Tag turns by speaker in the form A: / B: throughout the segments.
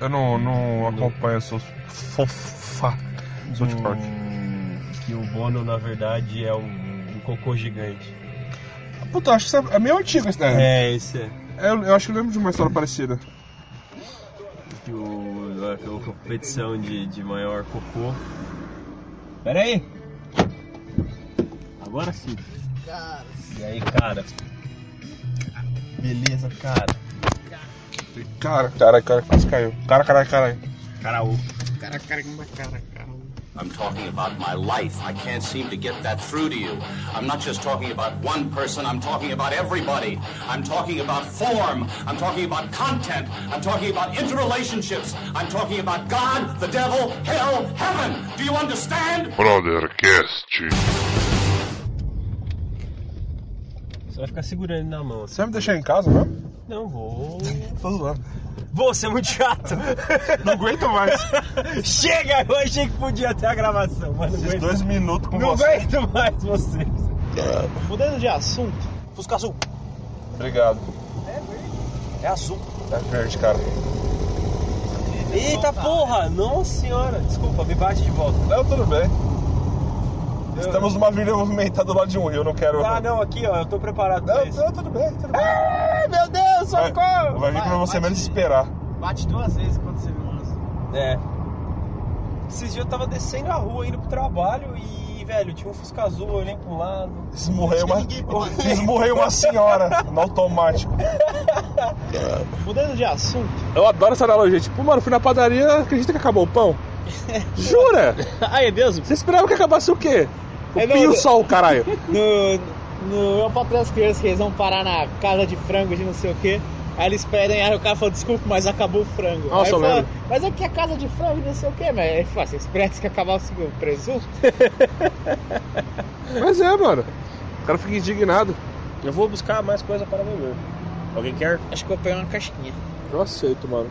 A: Eu não, não acompanho seus fofa. South Park.
B: Do... Um, Que o Bono, na verdade, é um, um cocô gigante.
A: Puta, acho que isso é é meio antigo esse daí.
B: É, esse é.
A: É, Eu, eu acho que eu lembro de uma história parecida.
B: Que o, a competição de, de maior cocô. Pera aí! Agora sim.
C: Cara,
B: E aí, cara? Beleza, cara.
A: Cara, cara, cara, quase caiu. Cara, cara, cara.
B: Caraú.
C: cara, cara, cara, cara.
D: I'm talking about my life. I can't seem to get that through to you. I'm not just talking about one person, I'm talking about everybody. I'm talking about form. I'm talking about content. I'm talking about interrelationships. I'm talking about God, the devil, hell, heaven. Do you understand?
E: Brothercast.
B: Você vai ficar segurando ele na mão. assim.
A: Você vai me deixar em casa mesmo?
B: Não vou.
A: Tô zoando.
B: Vou ser muito chato.
A: Não aguento mais.
B: Chega! Eu achei que podia ter a gravação, mas não
A: Esses
B: aguento.
A: dois minutos com
B: Não
A: você.
B: aguento mais vocês.
C: Mudando de assunto, Fusca Azul.
A: Obrigado.
C: É azul.
A: É verde, cara.
B: Eita porra! Nossa senhora! Desculpa, me bate de volta.
A: Não, tudo bem.
B: Eu-
A: Estamos numa vila movimentada do lado de um rio, não quero.
B: Ah, não, aqui ó, eu tô preparado pra
A: Não,
B: isso.
A: não, tudo bem, tudo bem.
C: Meu Deus,
A: Vai,
C: socorro!
A: vai vir pra você menos esperar.
C: Bate duas vezes quando você vê um azul.
B: É. Esses dias eu tava descendo a rua, indo pro trabalho e, velho, tinha um Fusca Azul, eu olhei pra um lado.
A: Esmurrei uma,
C: Ninguém pode.
A: esmurrei uma senhora no automático.
C: Mudando de assunto.
F: Eu adoro essa analogia. Tipo, mano, fui na padaria, acredita que acabou o pão? Jura?
C: Ai, é mesmo?
F: Você esperava que acabasse o quê? O
C: É, não,
F: pio
C: eu-
F: sol, caralho.
C: No, no Eu Patrão das Crianças, que eles vão parar na casa de frango de não sei o que. Aí eles pedem, aí o cara fala, desculpa, mas acabou o frango.
F: Nossa,
C: aí
F: eu
C: fala,
F: lembro.
C: mas é que a casa de frango de não sei o que, mas ele fala, vocês prestes que acabasse o presunto?
F: Mas é, mano. O cara fica indignado.
B: Eu vou buscar mais coisa para beber. Alguém quer?
C: Acho que eu vou pegar uma caixinha.
F: Eu aceito, mano.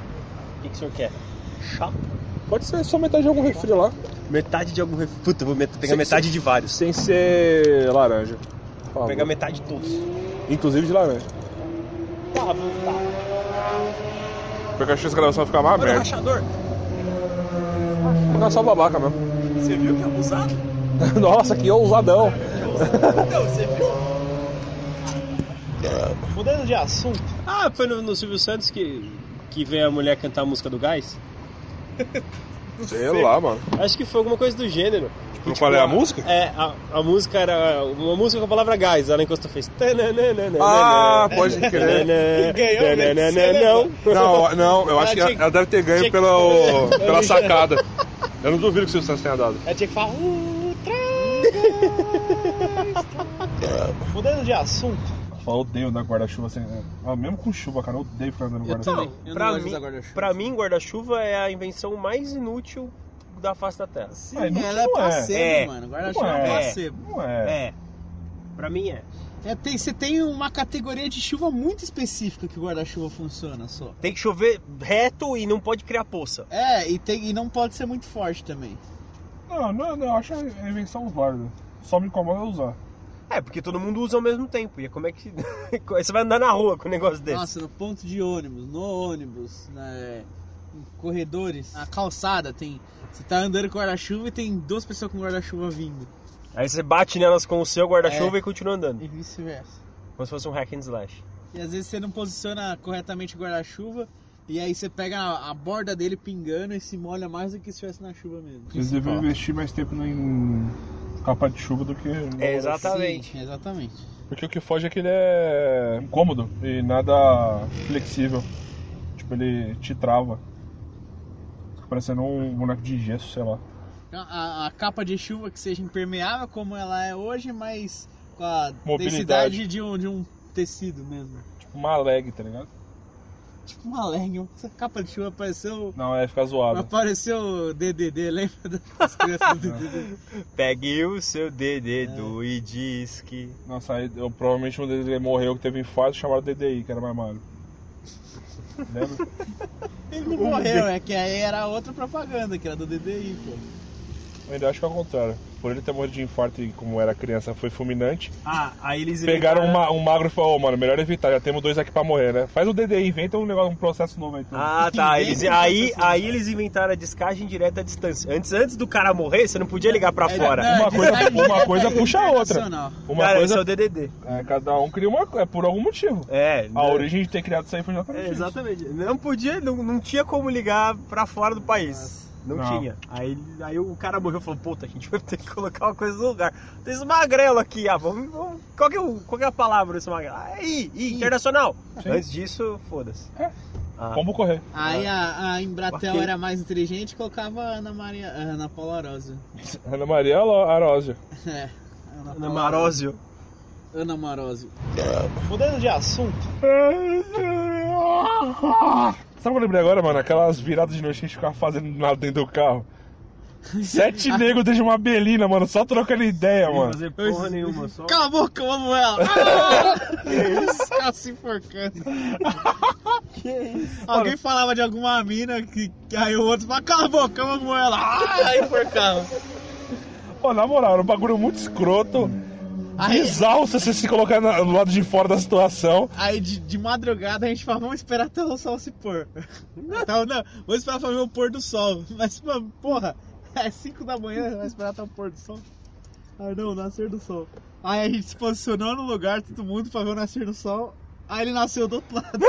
B: O que, que o senhor quer? Chapo.
F: Pode ser só metade de algum refri lá.
B: Metade de algum. ref- Puta, eu vou met- pegar
F: Sim,
B: metade de vários.
F: Sem ser laranja. Por
B: Vou
F: favor.
B: pegar metade de todos.
F: Inclusive de né? laranja.
C: Tá, vou tá.
F: Porque eu achei essa gravação ficar mais
B: Olha o
F: aberta.
B: rachador.
F: Vou ficar só babaca mesmo.
B: Você viu que é abusado?
F: Nossa, que ousadão.
C: Então, você viu? Mudando de assunto.
B: Ah, foi no, no Silvio Santos que, que veio a mulher cantar a música do gás?
F: Sei lá, mano.
B: Acho que foi alguma coisa do gênero. E,
F: Não falei Tipo, a música?
B: É, a, a música era uma música com a palavra gás. Ela encostou e fez. tananana,
F: Ah,
B: tananana,
F: pode crer.
B: tananana,
C: Ganhou, velho,
B: tananana,
C: você
B: não.
F: Não, não, eu acho que ela deve ter ganho pela, pela sacada. Eu não duvido que o Silvio Santos tenha dado.
C: Eu tinha que falar. "Uh, Ultra! Mudando de assunto.
A: Eu odeio andar com guarda-chuva sem. Ah, mesmo com chuva, cara, eu odeio ficar andando com
B: Não,
A: guarda-chuva.
C: Eu
B: pra,
C: não gosto de
B: mim,
C: usar guarda-chuva.
B: pra mim, guarda-chuva é a invenção mais inútil da face da Terra.
C: Sim,
A: Ué, não-
C: ela é
A: não é.
C: placebo,
B: É.
C: mano. Guarda-chuva
A: Não
C: é,
A: é.
C: placebo.
F: Então.
A: Não é.
B: Pra mim é.
C: É, tem, você tem uma categoria de chuva muito específica que o guarda-chuva funciona só.
B: Tem que chover reto e não pode criar poça.
C: É, e, tem, e não pode ser muito forte também.
A: Não, não, não, eu acho a invenção válida. Só me incomoda eu usar.
B: É, porque todo mundo usa ao mesmo tempo. E como é que. Você vai andar na rua com um negócio desse?
C: Nossa, no ponto de ônibus, no ônibus, né, em corredores, na calçada tem. Você tá andando com guarda-chuva e tem duas pessoas com guarda-chuva vindo.
B: Aí você bate nelas com o seu guarda-chuva e continua andando.
C: E vice-versa.
B: Como se fosse um hack and slash.
C: E às vezes você não posiciona corretamente o guarda-chuva. E aí você pega a, a borda dele pingando e se molha mais do que se estivesse na chuva mesmo.
A: Eles deveriam
F: tá.
A: investir mais tempo em capa de chuva do que.
B: É, exatamente.
C: Sim, exatamente.
A: Porque o que foge é que ele é incômodo e nada flexível. Tipo, ele te trava. Fica Parecendo um boneco de gesso, sei lá.
C: A, a capa de chuva que seja impermeável como ela é hoje, mas com a
A: Mobilidade.
C: densidade de um, de um tecido mesmo.
A: Tipo uma leg, tá ligado?
C: Tipo uma lenha. Essa capa de chuva apareceu.
A: Não, é ficar zoado.
C: Apareceu o DDD, lembra das crianças do DDD?
B: Pegue o seu dedo e diz que.
A: Nossa, aí eu, provavelmente um deles morreu que teve infarto chamaram DDI, que era mais magro. Lembra?
C: Ele
A: Um
C: não morreu, é que aí era outra propaganda, que era do DDI, pô.
A: Eu ainda acho que é o contrário. por ele ter morrido de infarto e como era criança foi fulminante,
B: Ah, aí eles
A: pegaram
B: inventaram-
A: uma- um magro e falaram, ô mano, melhor evitar, já temos dois aqui pra morrer, né? Faz o DD, inventa um negócio, um processo novo aí. Então.
B: Ah, tá. Eles, aí, aí eles inventaram a descagem direta à distância. Antes, antes do cara morrer, você não podia ligar pra fora.
A: Uma coisa- uma coisa puxa a outra. Uma
B: cara, esse é
A: coisa,
B: o DDD.
A: é, cada um cria uma coisa, é por algum motivo.
B: É.
A: A
B: não-
A: origem de ter criado isso aí foi
B: é,
A: exatamente isso.
B: exatamente. Não podia, não, não tinha como ligar pra fora do país. Não,
A: Não.
B: tinha. Aí, aí o cara morreu e falou, puta, a gente vai ter que colocar uma coisa no lugar. Tem esse magrelo aqui, ah, vamos. vamos- qual, que é o- qual que é a palavra desse magrelo? Ah, é I, I, internacional.
A: Sim.
B: Antes disso, foda-se.
A: É.
B: Ah.
A: Como correr?
C: Aí a, a
A: Ah.
C: Embratel
B: Ok.
C: era mais inteligente e colocava a Ana Maria. a Ana Paula Arósio.
A: Ana Maria Alo- Arósio.
C: É.
B: Ana Marósio.
C: Ana Marósio.
E: Mudando de assunto,
A: Sabe o que eu lembrei agora, mano? Aquelas viradas de noite que a gente ficava fazendo nada dentro do carro. Sete negros desde uma belina, mano, só trocando ideia, mano.
B: fazer porra nenhuma, só.
C: Cala a boca, eu amo ela! Ah! Ela se enforcando. Alguém falava de alguma mina que, que aí o outro falava, cala a boca, eu amo ela! Ah, aí enforcava.
A: Pô, na moral, era um bagulho muito escroto.
C: Aí,
A: Bizarro se você se colocar na- do lado de fora da situação.
C: aí de, de madrugada a gente falava, vamos esperar até o sol se pôr. Então, não, vamos esperar pra ver o pôr do sol. Mas, mano, porra, é 5 da manhã, vai esperar até o pôr do sol. Ah, não, o nascer do sol. Aí a gente se posicionou no lugar, todo mundo, pra ver o nascer do sol. Aí ele nasceu do outro lado.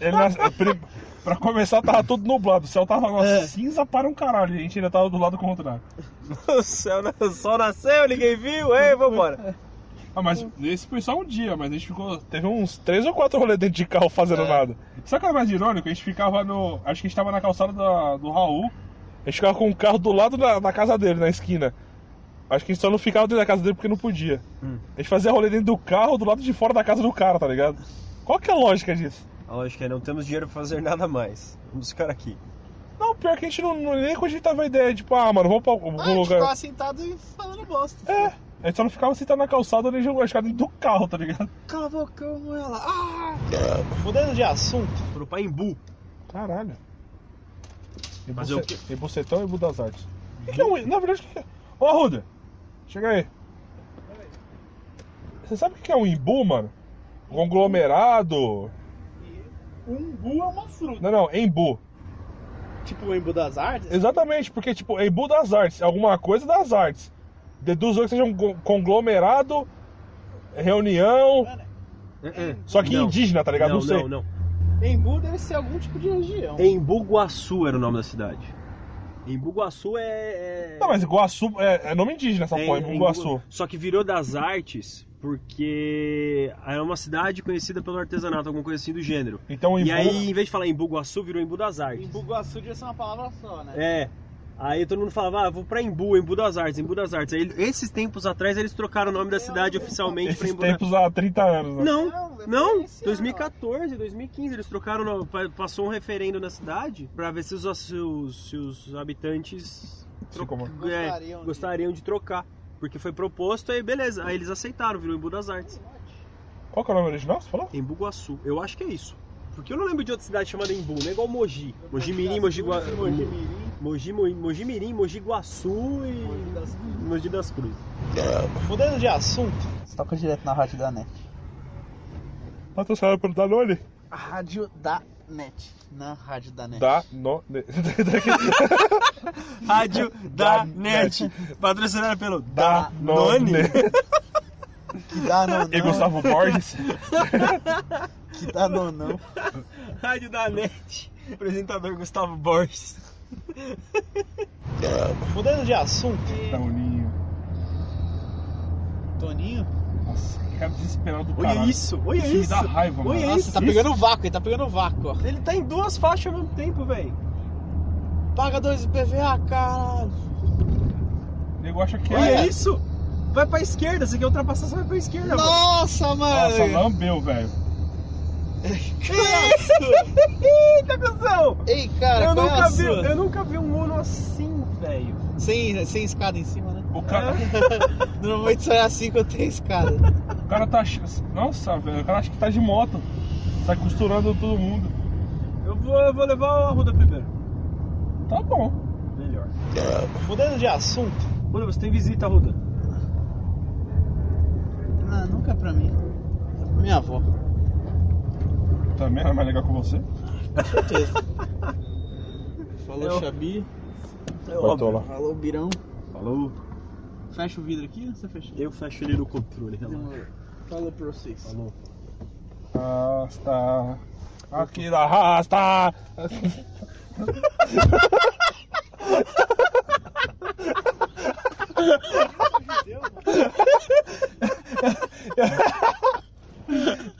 A: Ele nas- é, pri- Pra começar, tava tudo nublado. O céu tava uma
C: É.
A: cinza para um caralho. e A gente ainda tava do lado contrário.
B: O céu, o sol nasceu, ninguém viu, ei, vambora.
A: Ah, mas esse foi só um dia, mas a gente ficou. Teve uns três ou quatro rolês dentro de carro fazendo nada. Sabe o que era mais irônico? A gente ficava no. Acho que a gente tava na calçada da- do Raul. A gente ficava com o carro do lado da, da casa dele, na esquina. Acho que a gente só não ficava dentro da casa dele porque não podia. A gente fazia rolê dentro do carro, do lado de fora da casa do cara, tá ligado? Qual que é a lógica disso?
B: A lógica é, não temos dinheiro pra fazer nada mais. Vamos ficar aqui.
A: Não, pior que a gente não, não- nem cogitava a ideia, tipo, ah, mano, vamos pra algum
C: Ah, a gente
A: lugar.
C: ficava sentado e falando bosta.
A: É, a gente só não ficava sentado na calçada nem jogando dentro do carro, tá ligado?
C: Cala a boca, eu amo ela. Ah!
E: mudando de assunto,
B: Pro Paimbu.
A: Caralho. E,
B: Fazer
A: buce...
B: o quê? Uhum.
A: e bucetão e bu das artes. O que é um... Na verdade, o que é. Ô, Arruda, chega aí. Você sabe o que é um imbu, mano? Um Conglomerado.
E: um bu é uma fruta.
A: Não, não, embu.
E: Tipo o embu das artes.
A: Exatamente, porque, tipo, embu das artes, alguma coisa das artes. Deduzo que seja um go- conglomerado, reunião. Só que
B: Não.
A: indígena, tá ligado? Não, sei.
B: não.
E: Embu deve ser algum tipo de região.
B: Embu Guaçu era o nome da cidade. Embu Guaçu é. é-
A: Não, mas Iguaçu é, é nome indígena essa
B: é-
A: porra,
B: é
A: Embu Iguaçu.
B: Só que virou das artes porque é uma cidade conhecida pelo artesanato, alguma coisa assim do gênero.
A: Então Embu.
B: E aí, em vez de falar Embu Guaçu, virou Embu das Artes.
E: Embu Guaçu devia ser uma palavra só, né?
B: É. Aí todo mundo falava, ah, vou pra Embu, Embu das Artes, Embu das Artes. Aí, esses tempos atrás eles trocaram o nome da cidade oficialmente pra
A: Esses
B: Embu das
A: tempos há 30 anos, né?
B: É. Não,
E: Não, é
B: não.
E: referencial.
B: 2014, 2015, eles trocaram, no- pa- passou um referendo na cidade pra ver se os, se os- se os habitantes
A: Sim, como-
B: é,
E: Gostariam de-
B: gostariam de trocar. Porque foi proposto, aí beleza. Aí eles aceitaram, virou Embu das Artes.
A: Qual que é o nome original? Você falou?
B: Embu Guaçu, eu acho que é isso. Porque eu não lembro de outra cidade chamada Embu, não é igual Mogi. Mogi Mirim, Mogi Gua...
E: Mogi Mirim,
B: Mogi, Mo- Mogi Mirim, Mogi Guaçu
E: Mogi
B: e
E: das Cruzes.
B: Mogi das Cruzes.
E: Mudando de assunto,
C: Você toca direto na rádio da net.
A: Patrocinado pelo Danone.
C: A rádio da net. Na rádio da net.
A: Danone.
B: Rádio da,
A: Da
B: Net.
A: Net.
B: Patrocinada pelo
A: Danone.
B: Danone.
C: Que dá não,
A: E Gustavo Borges.
C: Que dá não, não.
B: Rádio da Net. Apresentador Gustavo Borges.
E: mudando de assunto,
A: Tá
B: Então.
A: um Daninho.
C: Toninho?
A: Nossa, que cara desesperado do
B: Olha
A: caralho.
B: isso, olha
A: Isso
B: isso.
A: me dá raiva, mano.
B: olha
C: Nossa,
B: isso.
C: tá pegando vácuo, ele tá pegando vácuo, ó.
B: Ele tá em duas faixas ao mesmo tempo, velho.
C: Paga dois IPVA, ah, caralho.
A: O nego acha que
B: Olha
A: é.
B: isso. Vai pra esquerda, se quer ultrapassar, você vai pra esquerda. mano.
C: Nossa, mano.
A: Nossa, lambeu, velho.
B: Eita, cuzão.
C: Ei, cara,
B: eu,
C: qual é
B: nunca
C: a
B: vi,
C: sua?
B: eu nunca vi um mono assim, velho.
C: Sem, sem escada em cima, né?
A: O cara,
C: Normalmente só é assim que eu tenho escada.
A: o cara tá. ach- Nossa, velho. O cara acha que tá de moto. Sai costurando todo mundo.
B: É? Eu vou, eu vou levar o Arruda primeiro.
A: Tá bom.
B: Melhor.
E: mudando de assunto,
B: Ruda, você tem visita, Ruda.
C: Não, Ah, nunca pra mim. É pra minha avó.
A: Também era mais legal com você?
C: Falou,
B: Eu-
C: Xabi.
B: É
A: Botou lá.
C: Falou, Birão.
B: Falou.
C: Fecha o vidro aqui ou você fechou?
B: Eu fecho ele no controle, relaxa.
C: Demorou. Falou pra vocês.
B: Falou.
A: Rasta. Aqui da rasta.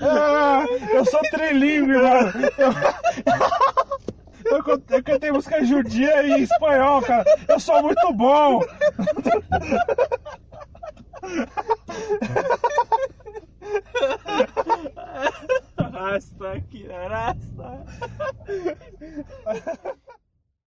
A: Ah, eu sou trilingue, mano. Eu, eu, can- eu cantei música judia e espanhol, cara. Eu sou muito bom.
B: Arrasta aqui, arrasta.